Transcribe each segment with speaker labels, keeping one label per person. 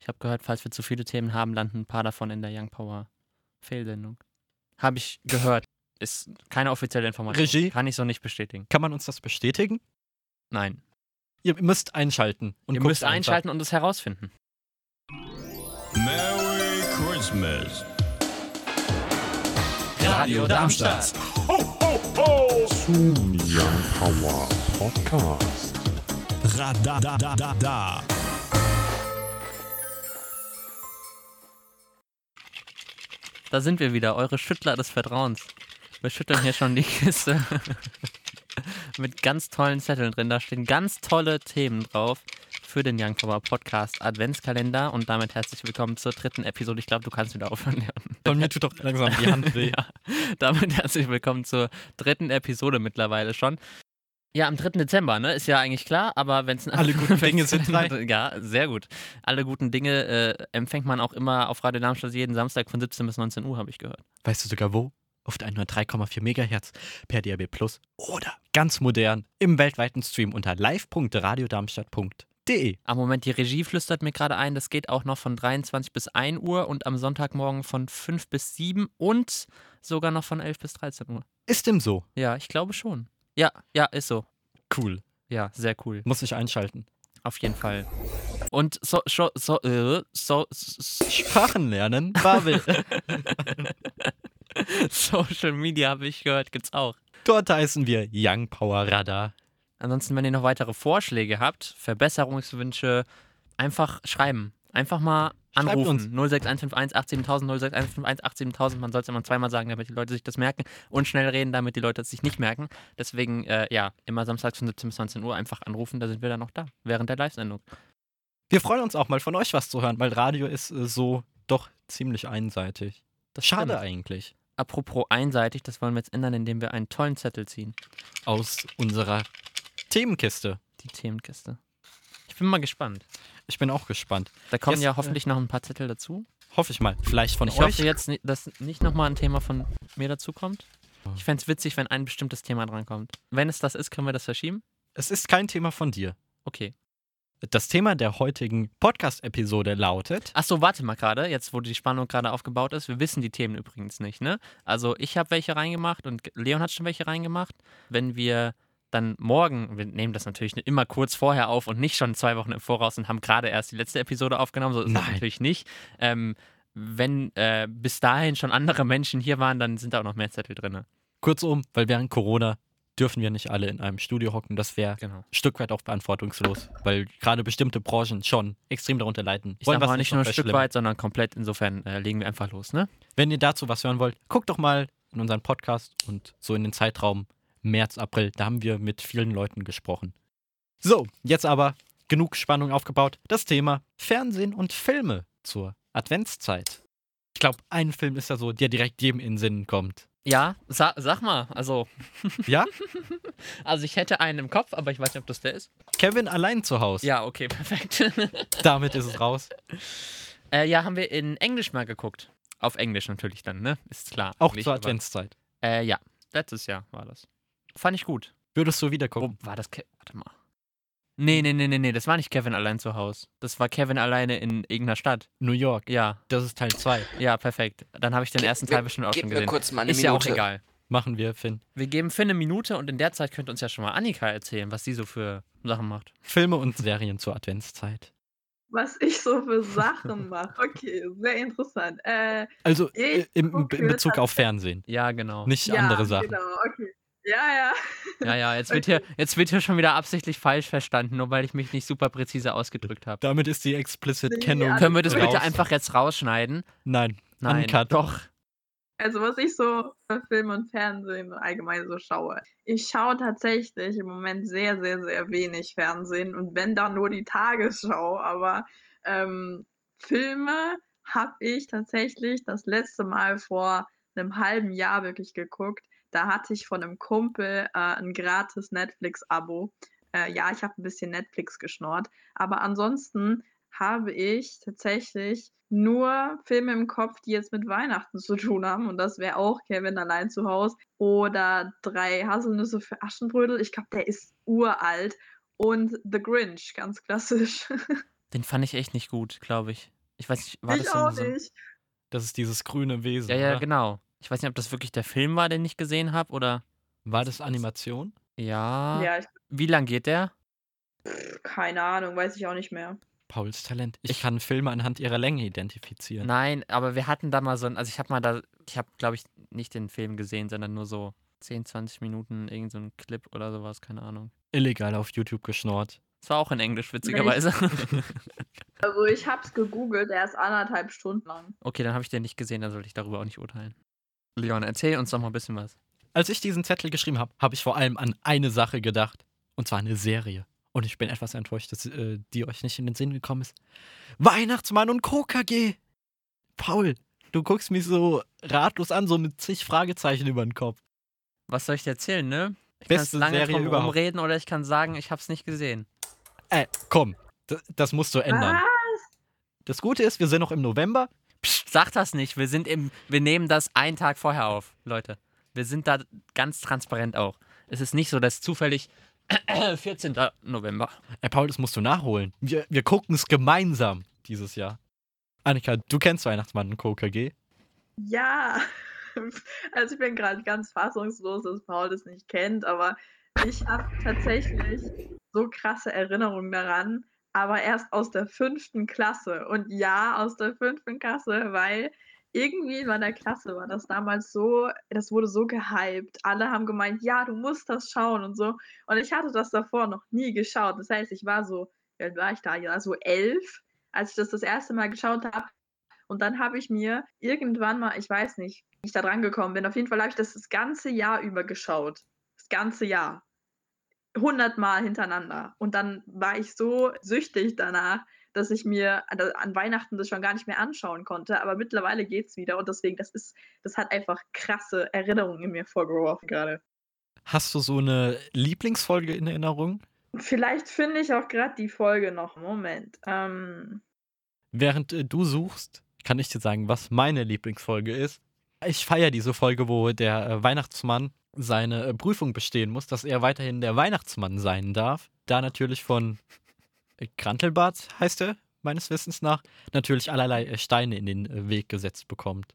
Speaker 1: Ich habe gehört, falls wir zu viele Themen haben, landen ein paar davon in der Young Power Fehlsendung. Habe ich gehört. Ist keine offizielle Information.
Speaker 2: Regie?
Speaker 1: Kann ich so nicht bestätigen.
Speaker 2: Kann man uns das bestätigen?
Speaker 1: Nein.
Speaker 2: Ihr müsst einschalten. Und
Speaker 1: Ihr
Speaker 2: guckt
Speaker 1: müsst
Speaker 2: einfach.
Speaker 1: einschalten und es herausfinden.
Speaker 3: Merry Christmas.
Speaker 2: Radio Darmstadt.
Speaker 3: Radadadadada. da, da, da.
Speaker 1: Da sind wir wieder, eure Schüttler des Vertrauens. Wir schütteln hier schon die Kiste. Mit ganz tollen Zetteln drin. Da stehen ganz tolle Themen drauf für den Young Power Podcast Adventskalender. Und damit herzlich willkommen zur dritten Episode. Ich glaube, du kannst wieder aufhören, Leon.
Speaker 2: Bei mir tut doch langsam die Hand weh.
Speaker 1: Ja, damit herzlich willkommen zur dritten Episode mittlerweile schon. Ja, am 3. Dezember, ne? Ist ja eigentlich klar, aber wenn es
Speaker 2: Alle guten Dinge sind
Speaker 1: drei. Ja, sehr gut. Alle guten Dinge äh, empfängt man auch immer auf Radio Darmstadt jeden Samstag von 17 bis 19 Uhr, habe ich gehört.
Speaker 2: Weißt du sogar wo? Auf der 103,4 MHz per DAB Plus oder ganz modern im weltweiten Stream unter live.radiodarmstadt.de.
Speaker 1: Am Ah, Moment, die Regie flüstert mir gerade ein, das geht auch noch von 23 bis 1 Uhr und am Sonntagmorgen von 5 bis 7 und sogar noch von 11 bis 13 Uhr.
Speaker 2: Ist dem so.
Speaker 1: Ja, ich glaube schon. Ja, ja, ist so.
Speaker 2: Cool.
Speaker 1: Ja, sehr cool.
Speaker 2: Muss ich einschalten.
Speaker 1: Auf jeden Fall. Und so, so, so, äh, so, so
Speaker 2: Sprachen lernen, Babel.
Speaker 1: Social Media habe ich gehört, gibt's auch.
Speaker 2: Dort heißen wir Young Power Radar.
Speaker 1: Ansonsten, wenn ihr noch weitere Vorschläge habt, Verbesserungswünsche, einfach schreiben. Einfach mal
Speaker 2: Schreibt
Speaker 1: anrufen. 06151 87000, 06151 87000. Man soll es immer zweimal sagen, damit die Leute sich das merken. Und schnell reden, damit die Leute es sich nicht merken. Deswegen, äh, ja, immer samstags von 17 bis 19 Uhr einfach anrufen. Da sind wir dann noch da, während der Live-Sendung.
Speaker 2: Wir freuen uns auch mal von euch was zu hören, weil Radio ist äh, so doch ziemlich einseitig.
Speaker 1: Das
Speaker 2: Schade
Speaker 1: stimmt.
Speaker 2: eigentlich.
Speaker 1: Apropos einseitig, das wollen wir jetzt ändern, indem wir einen tollen Zettel ziehen.
Speaker 2: Aus unserer Themenkiste.
Speaker 1: Die Themenkiste. Ich bin mal gespannt.
Speaker 2: Ich bin auch gespannt.
Speaker 1: Da kommen
Speaker 2: Yes,
Speaker 1: ja
Speaker 2: äh,
Speaker 1: hoffentlich noch ein paar Zettel dazu.
Speaker 2: Hoffe ich mal. Vielleicht von
Speaker 1: Ich
Speaker 2: euch.
Speaker 1: hoffe jetzt, ni- dass nicht nochmal ein Thema von mir dazukommt. Ich fände es witzig, wenn ein bestimmtes Thema drankommt. Wenn es das ist, können wir das verschieben?
Speaker 2: Es ist kein Thema von dir.
Speaker 1: Okay.
Speaker 2: Das Thema der heutigen Podcast-Episode lautet.
Speaker 1: Achso, warte mal gerade, jetzt wo die Spannung gerade aufgebaut ist. Wir wissen die Themen übrigens nicht, ne? Also ich habe welche reingemacht und G- Leon hat schon welche reingemacht. Wenn wir dann morgen, wir nehmen das natürlich immer kurz vorher auf und nicht schon zwei Wochen im Voraus und haben gerade erst die letzte Episode aufgenommen, so ist das
Speaker 2: Nein.
Speaker 1: natürlich nicht. Ähm, wenn äh, bis dahin schon andere Menschen hier waren, dann sind da auch noch mehr Zettel drin.
Speaker 2: Kurzum, weil während Corona dürfen wir nicht alle in einem Studio hocken. Das wäre
Speaker 1: Genau.
Speaker 2: ein Stück weit auch verantwortungslos, weil gerade bestimmte Branchen schon extrem darunter leiden.
Speaker 1: Ich sage
Speaker 2: wir's
Speaker 1: mal nicht nur ein
Speaker 2: noch
Speaker 1: Stück
Speaker 2: verschlimmern.
Speaker 1: weit, sondern komplett. Insofern äh, legen wir einfach los, ne?
Speaker 2: Wenn ihr dazu was hören wollt, guckt doch mal in unseren Podcast und so in den Zeitraum März, April. Da haben wir mit vielen Leuten gesprochen. So, jetzt aber genug Spannung aufgebaut. Das Thema Fernsehen und Filme zur Adventszeit. Ich glaube, ein Film ist ja so, der direkt jedem in den Sinn kommt.
Speaker 1: Ja, sa sag mal. Also,
Speaker 2: Ja?
Speaker 1: also ich hätte einen im Kopf, aber ich weiß nicht, ob das der ist.
Speaker 2: Kevin allein zu Hause.
Speaker 1: Ja, okay, perfekt.
Speaker 2: Damit ist es raus.
Speaker 1: äh, ja, haben wir in Englisch mal geguckt. Auf Englisch natürlich dann, ne? Ist klar.
Speaker 2: Auch
Speaker 1: Nicht
Speaker 2: zur
Speaker 1: über-
Speaker 2: Adventszeit.
Speaker 1: Äh, ja, letztes Jahr war das. Fand ich gut.
Speaker 2: Würdest du wieder
Speaker 1: Oh,
Speaker 2: gucken?
Speaker 1: war das Ke Warte mal. Nee, nee, nee, nee, nee, das war nicht Kevin allein zu Hause. Das war Kevin alleine in irgendeiner Stadt.
Speaker 2: New York.
Speaker 1: Ja,
Speaker 2: Das ist Teil 2.
Speaker 1: ja, perfekt. Dann habe ich den
Speaker 4: Gib
Speaker 1: ersten
Speaker 4: mir-
Speaker 1: Teil bestimmt auch
Speaker 4: gib
Speaker 1: schon
Speaker 4: mir
Speaker 1: gesehen.
Speaker 4: kurz mal eine
Speaker 1: Ist ja auch
Speaker 4: Minute.
Speaker 1: egal.
Speaker 2: Machen wir, Finn.
Speaker 1: Wir geben Finn eine Minute und in der Zeit könnte uns ja schon mal Annika erzählen, was sie so für Sachen macht.
Speaker 2: Filme und Serien zur Adventszeit.
Speaker 5: Was ich so für Sachen mache. Okay, sehr interessant. Äh,
Speaker 2: Also
Speaker 5: Ich
Speaker 2: äh, im, in
Speaker 5: gucke
Speaker 2: Be- Bezug auf Fernsehen,
Speaker 1: Ja, genau.
Speaker 2: nicht
Speaker 5: ja,
Speaker 2: andere Sachen.
Speaker 5: Genau, okay. Ja, ja.
Speaker 1: Ja, ja, jetzt wird, hier, jetzt wird hier schon wieder absichtlich falsch verstanden, nur weil ich mich nicht super präzise ausgedrückt habe.
Speaker 2: Damit ist die explicit
Speaker 5: Nee,
Speaker 2: Kennung.
Speaker 5: alles
Speaker 1: Können wir das
Speaker 5: Raus.
Speaker 1: bitte einfach jetzt rausschneiden?
Speaker 2: Nein.
Speaker 1: Nein,
Speaker 2: Uncut.
Speaker 1: doch.
Speaker 5: Also was ich so für Film und Fernsehen allgemein so schaue. Ich schaue tatsächlich im Moment sehr, sehr, sehr wenig Fernsehen und wenn dann nur die Tagesschau, aber ähm, Filme habe ich tatsächlich das letzte Mal vor einem halben Jahr wirklich geguckt. Da hatte ich von einem Kumpel äh, ein gratis Netflix-Abo. Äh, ja, ich habe ein bisschen Netflix geschnort, aber ansonsten habe ich tatsächlich nur Filme im Kopf, die jetzt mit Weihnachten zu tun haben. Und das wäre auch Kevin allein zu Hause oder drei Haselnüsse für Aschenbrödel. Ich glaube, der ist uralt. Und The Grinch, ganz klassisch.
Speaker 1: Den fand ich echt nicht gut, glaube ich. Ich weiß nicht, war
Speaker 5: ich
Speaker 1: das
Speaker 5: auch
Speaker 1: so, so
Speaker 5: nicht.
Speaker 2: Das ist dieses grüne Wesen.
Speaker 1: Ja, ja,
Speaker 2: oder?
Speaker 1: genau. Ich weiß nicht, ob das wirklich der Film war, den ich gesehen habe oder
Speaker 2: War das Animation?
Speaker 1: ja.
Speaker 5: Ja, ich,
Speaker 1: Wie lang geht der?
Speaker 5: keine Ahnung, weiß ich auch nicht mehr.
Speaker 2: Pauls Talent. Ich kann Filme anhand ihrer Länge identifizieren.
Speaker 1: Nein, aber wir hatten da mal so ein, also ich habe mal da, ich habe glaube ich nicht den Film gesehen, sondern nur so 10, 20 Minuten irgend so ein Clip oder sowas, keine Ahnung.
Speaker 2: Illegal auf YouTube geschnort.
Speaker 1: Es war auch in Englisch witzigerweise.
Speaker 5: Also ich hab's gegoogelt, er ist anderthalb Stunden lang.
Speaker 1: okay, dann habe ich den nicht gesehen, dann sollte ich darüber auch nicht urteilen. Leon, erzähl uns doch mal ein bisschen was.
Speaker 2: Als ich diesen Zettel geschrieben habe, habe ich vor allem an eine Sache gedacht. Und zwar eine Serie. Und ich bin etwas enttäuscht, dass äh, die euch nicht in den Sinn gekommen ist. Weihnachtsmann und KKG. Paul, du guckst mich so ratlos an, so mit zig Fragezeichen über den Kopf.
Speaker 1: Was soll ich dir erzählen, ne? Ich kann's
Speaker 2: Beste Serie
Speaker 1: drum
Speaker 2: überhaupt.
Speaker 1: rumreden oder ich kann sagen, ich habe es nicht gesehen.
Speaker 2: Äh, komm, das, das musst du ändern.
Speaker 5: Ah,
Speaker 2: Das Gute ist, wir sind noch im November.
Speaker 1: Sag das nicht. Wir sind im, wir nehmen das einen Tag vorher auf, Leute. Wir sind da ganz transparent auch. Es ist nicht so, dass zufällig 14. November.
Speaker 2: Ey, Paul, das Äh, musst du nachholen. Wir, wir gucken es gemeinsam dieses Jahr. Annika, du kennst Weihnachtsmann und KKG.
Speaker 5: ja. Also ich bin gerade ganz fassungslos, dass Paul das nicht kennt, aber ich habe tatsächlich so krasse Erinnerungen daran, aber erst aus der fünften Klasse. Und ja, aus der fünften Klasse, weil irgendwie in meiner Klasse war das damals so, das wurde so gehypt. Alle haben gemeint, ja, du musst das schauen und so. Und ich hatte das davor noch nie geschaut. Das heißt, ich war so, wie alt war ich da? Ja, so elf, als ich das das erste Mal geschaut habe. Und dann habe ich mir irgendwann mal, ich weiß nicht, wie ich da dran gekommen bin, auf jeden Fall habe ich das das ganze Jahr über geschaut. Das ganze Jahr. Hundertmal hintereinander. Und dann war ich so süchtig danach, dass ich mir an- an Weihnachten das schon gar nicht mehr anschauen konnte. Aber mittlerweile geht's wieder. Und deswegen, das ist, das hat einfach krasse Erinnerungen in mir vorgeworfen gerade.
Speaker 2: Hast du so eine Lieblingsfolge in Erinnerung?
Speaker 5: Vielleicht finde ich auch gerade die Folge noch. Moment. Ähm,
Speaker 2: Während äh, du suchst, kann ich dir sagen, was meine Lieblingsfolge ist. Ich feiere diese Folge, wo der äh, Weihnachtsmann seine äh, Prüfung bestehen muss, dass er weiterhin der Weihnachtsmann sein darf. Da natürlich von äh, Grantelbart heißt er, meines Wissens nach, natürlich allerlei äh, Steine in den äh, Weg gesetzt bekommt.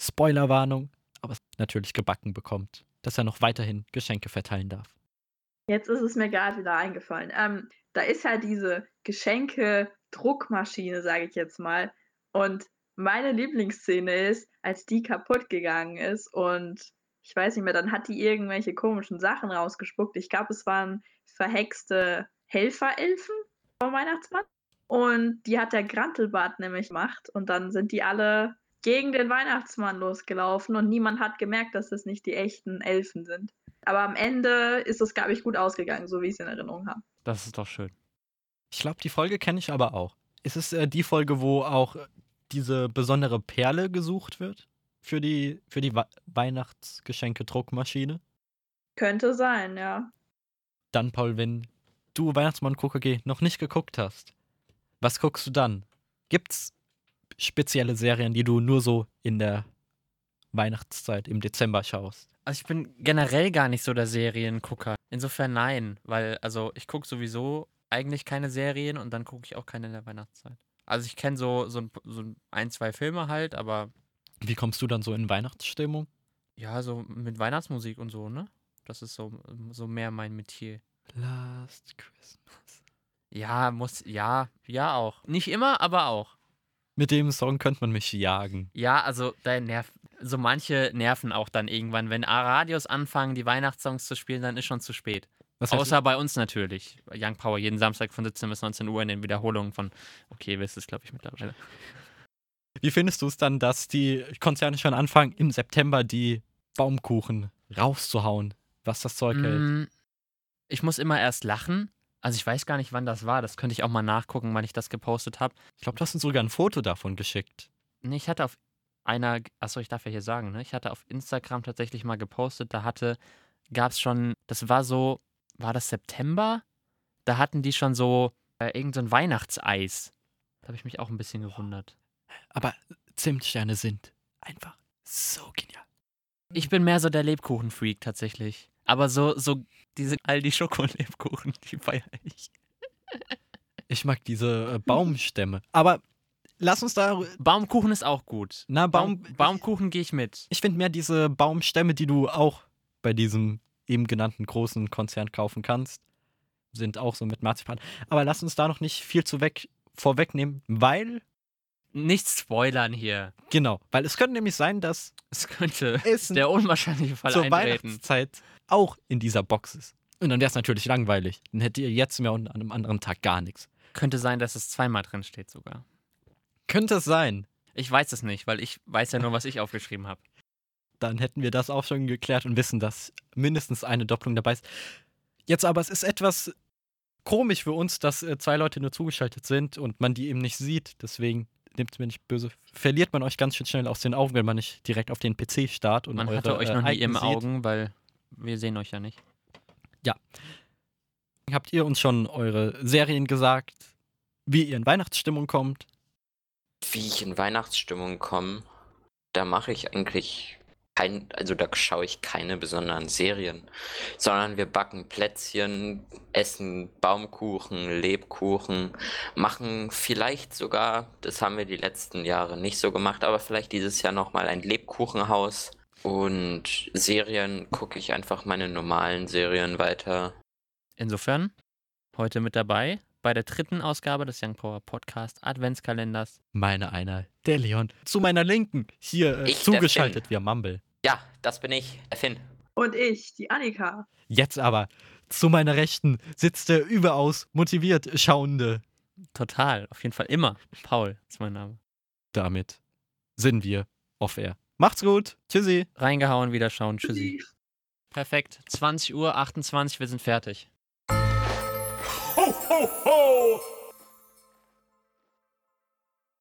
Speaker 2: Spoilerwarnung, aber es natürlich gebacken bekommt, dass er noch weiterhin Geschenke verteilen darf.
Speaker 5: Jetzt ist es mir gerade wieder eingefallen. Ähm, da ist ja diese Geschenke-Druckmaschine, sage ich jetzt mal. Und meine Lieblingsszene ist, als die kaputt gegangen ist und ich weiß nicht mehr, dann hat die irgendwelche komischen Sachen rausgespuckt. Ich glaube, es waren verhexte Helferelfen vom Weihnachtsmann. Und die hat der Grantelbart nämlich gemacht. Und dann sind die alle gegen den Weihnachtsmann losgelaufen und niemand hat gemerkt, dass das nicht die echten Elfen sind. Aber am Ende ist es, glaube ich, gut ausgegangen, so wie ich es in Erinnerung habe.
Speaker 1: Das ist doch schön.
Speaker 2: Ich glaube, die Folge kenne ich aber auch. Ist es äh, die Folge, wo auch äh, diese besondere Perle gesucht wird? Für die, für die Wa- Weihnachtsgeschenke-Druckmaschine?
Speaker 5: Könnte sein, ja.
Speaker 2: Dann, Paul, wenn du Weihnachtsmann KKG noch nicht geguckt hast, was guckst du dann? Gibt's spezielle Serien, die du nur so in der Weihnachtszeit im Dezember schaust?
Speaker 1: Also ich bin generell gar nicht so der Seriengucker. Insofern nein, weil also ich gucke sowieso eigentlich keine Serien und dann gucke ich auch keine in der Weihnachtszeit. Also ich kenne so, so, ein, so ein- ein, zwei Filme halt, aber
Speaker 2: Wie kommst du dann so in Weihnachtsstimmung?
Speaker 1: ja, so mit Weihnachtsmusik und so, ne? Das ist so, so mehr mein Metier.
Speaker 2: Last Christmas.
Speaker 1: Ja, muss, ja, ja auch. Nicht immer, aber auch.
Speaker 2: Mit dem Song könnte man mich jagen.
Speaker 1: Ja, also da nerv, so manche nerven auch dann irgendwann. Wenn A-Radios anfangen, die Weihnachtssongs zu spielen, dann ist schon zu spät.
Speaker 2: Was heißt-
Speaker 1: Außer bei uns natürlich. Young Power jeden Samstag von 17 bis 19 Uhr in den Wiederholungen von, okay, wisst es, glaube ich, mittlerweile.
Speaker 2: Wie findest du es dann, dass die Konzerne schon anfangen, im September die Baumkuchen rauszuhauen, was das Zeug hält?
Speaker 1: Mm, Ich muss immer erst lachen. Also ich weiß gar nicht, wann das war. Das könnte ich auch mal nachgucken, wann ich das gepostet habe.
Speaker 2: Ich glaube, du hast uns sogar ein Foto davon geschickt.
Speaker 1: Nee, ich hatte auf einer, achso, ich darf ja hier sagen, ne? Ich hatte auf Instagram tatsächlich mal gepostet, da hatte, gab es schon, das war so, war das September? Da hatten die schon so äh, irgend so ein Weihnachtseis. Da habe ich mich auch ein bisschen gewundert.
Speaker 2: Aber Zimtsterne sind einfach so genial.
Speaker 1: Ich bin mehr so der Lebkuchen-Freak tatsächlich. Aber so, so diese aldi Schoko-Lebkuchen, die feiere ich.
Speaker 2: Ich mag diese äh, Baumstämme. Aber lass uns da.
Speaker 1: Baumkuchen ist auch gut.
Speaker 2: Na, Baum.
Speaker 1: Baumkuchen gehe ich mit.
Speaker 2: Ich finde mehr diese Baumstämme, die du auch bei diesem eben genannten großen Konzern kaufen kannst, sind auch so mit Marzipan. Aber lass uns da noch nicht viel zu weg vorwegnehmen, weil.
Speaker 1: Nichts spoilern hier.
Speaker 2: Genau, weil es könnte nämlich sein, dass
Speaker 1: Es könnte
Speaker 2: es
Speaker 1: der unwahrscheinliche Fall
Speaker 2: zur
Speaker 1: eintreten.
Speaker 2: Weihnachtszeit auch in dieser Box ist. Und dann wäre es natürlich langweilig. Dann hättet ihr jetzt mehr und an einem anderen Tag gar nichts.
Speaker 1: Könnte sein, dass es zweimal drin steht sogar.
Speaker 2: Könnte es sein.
Speaker 1: Ich weiß es nicht, weil ich weiß ja nur, was ich aufgeschrieben habe.
Speaker 2: Dann hätten wir das auch schon geklärt und wissen, dass mindestens eine Doppelung dabei ist. Jetzt aber, es ist etwas komisch für uns, dass äh, zwei Leute nur zugeschaltet sind und man die eben nicht sieht. Deswegen nimmt mir nicht böse. Verliert man euch ganz schön schnell aus den Augen, wenn man nicht direkt auf den PC startet und
Speaker 1: Man
Speaker 2: eure,
Speaker 1: hatte euch
Speaker 2: äh,
Speaker 1: noch nie
Speaker 2: Icons
Speaker 1: im
Speaker 2: sieht.
Speaker 1: Augen, weil wir sehen euch ja nicht.
Speaker 2: Habt ihr uns schon eure Serien gesagt, wie ihr in Weihnachtsstimmung kommt?
Speaker 4: Wie ich in Weihnachtsstimmung komme, da mache ich eigentlich kein, also da schaue ich keine besonderen Serien, sondern wir backen Plätzchen, essen Baumkuchen, Lebkuchen, machen vielleicht sogar, das haben wir die letzten Jahre nicht so gemacht, aber vielleicht dieses Jahr nochmal ein Lebkuchenhaus. Und Serien gucke ich einfach meine normalen Serien weiter.
Speaker 1: Insofern, heute mit dabei bei der dritten Ausgabe des Young Power Podcast Adventskalenders.
Speaker 2: Meine einer, der Leon. Zu meiner Linken, hier äh,
Speaker 4: Ich, der
Speaker 2: zugeschaltet via Mumble.
Speaker 4: Ja, das bin ich, der Finn.
Speaker 5: Und ich, die Annika.
Speaker 2: Jetzt aber, zu meiner Rechten sitzt der überaus motiviert Schauende.
Speaker 1: Total, auf jeden Fall immer. Paul ist mein Name.
Speaker 2: Damit sind wir off-air. Macht's gut. Tschüssi.
Speaker 1: Reingehauen, wieder schauen, tschüssi. Perfekt, 20 Uhr, 28, wir sind fertig.
Speaker 3: Ho, ho, ho!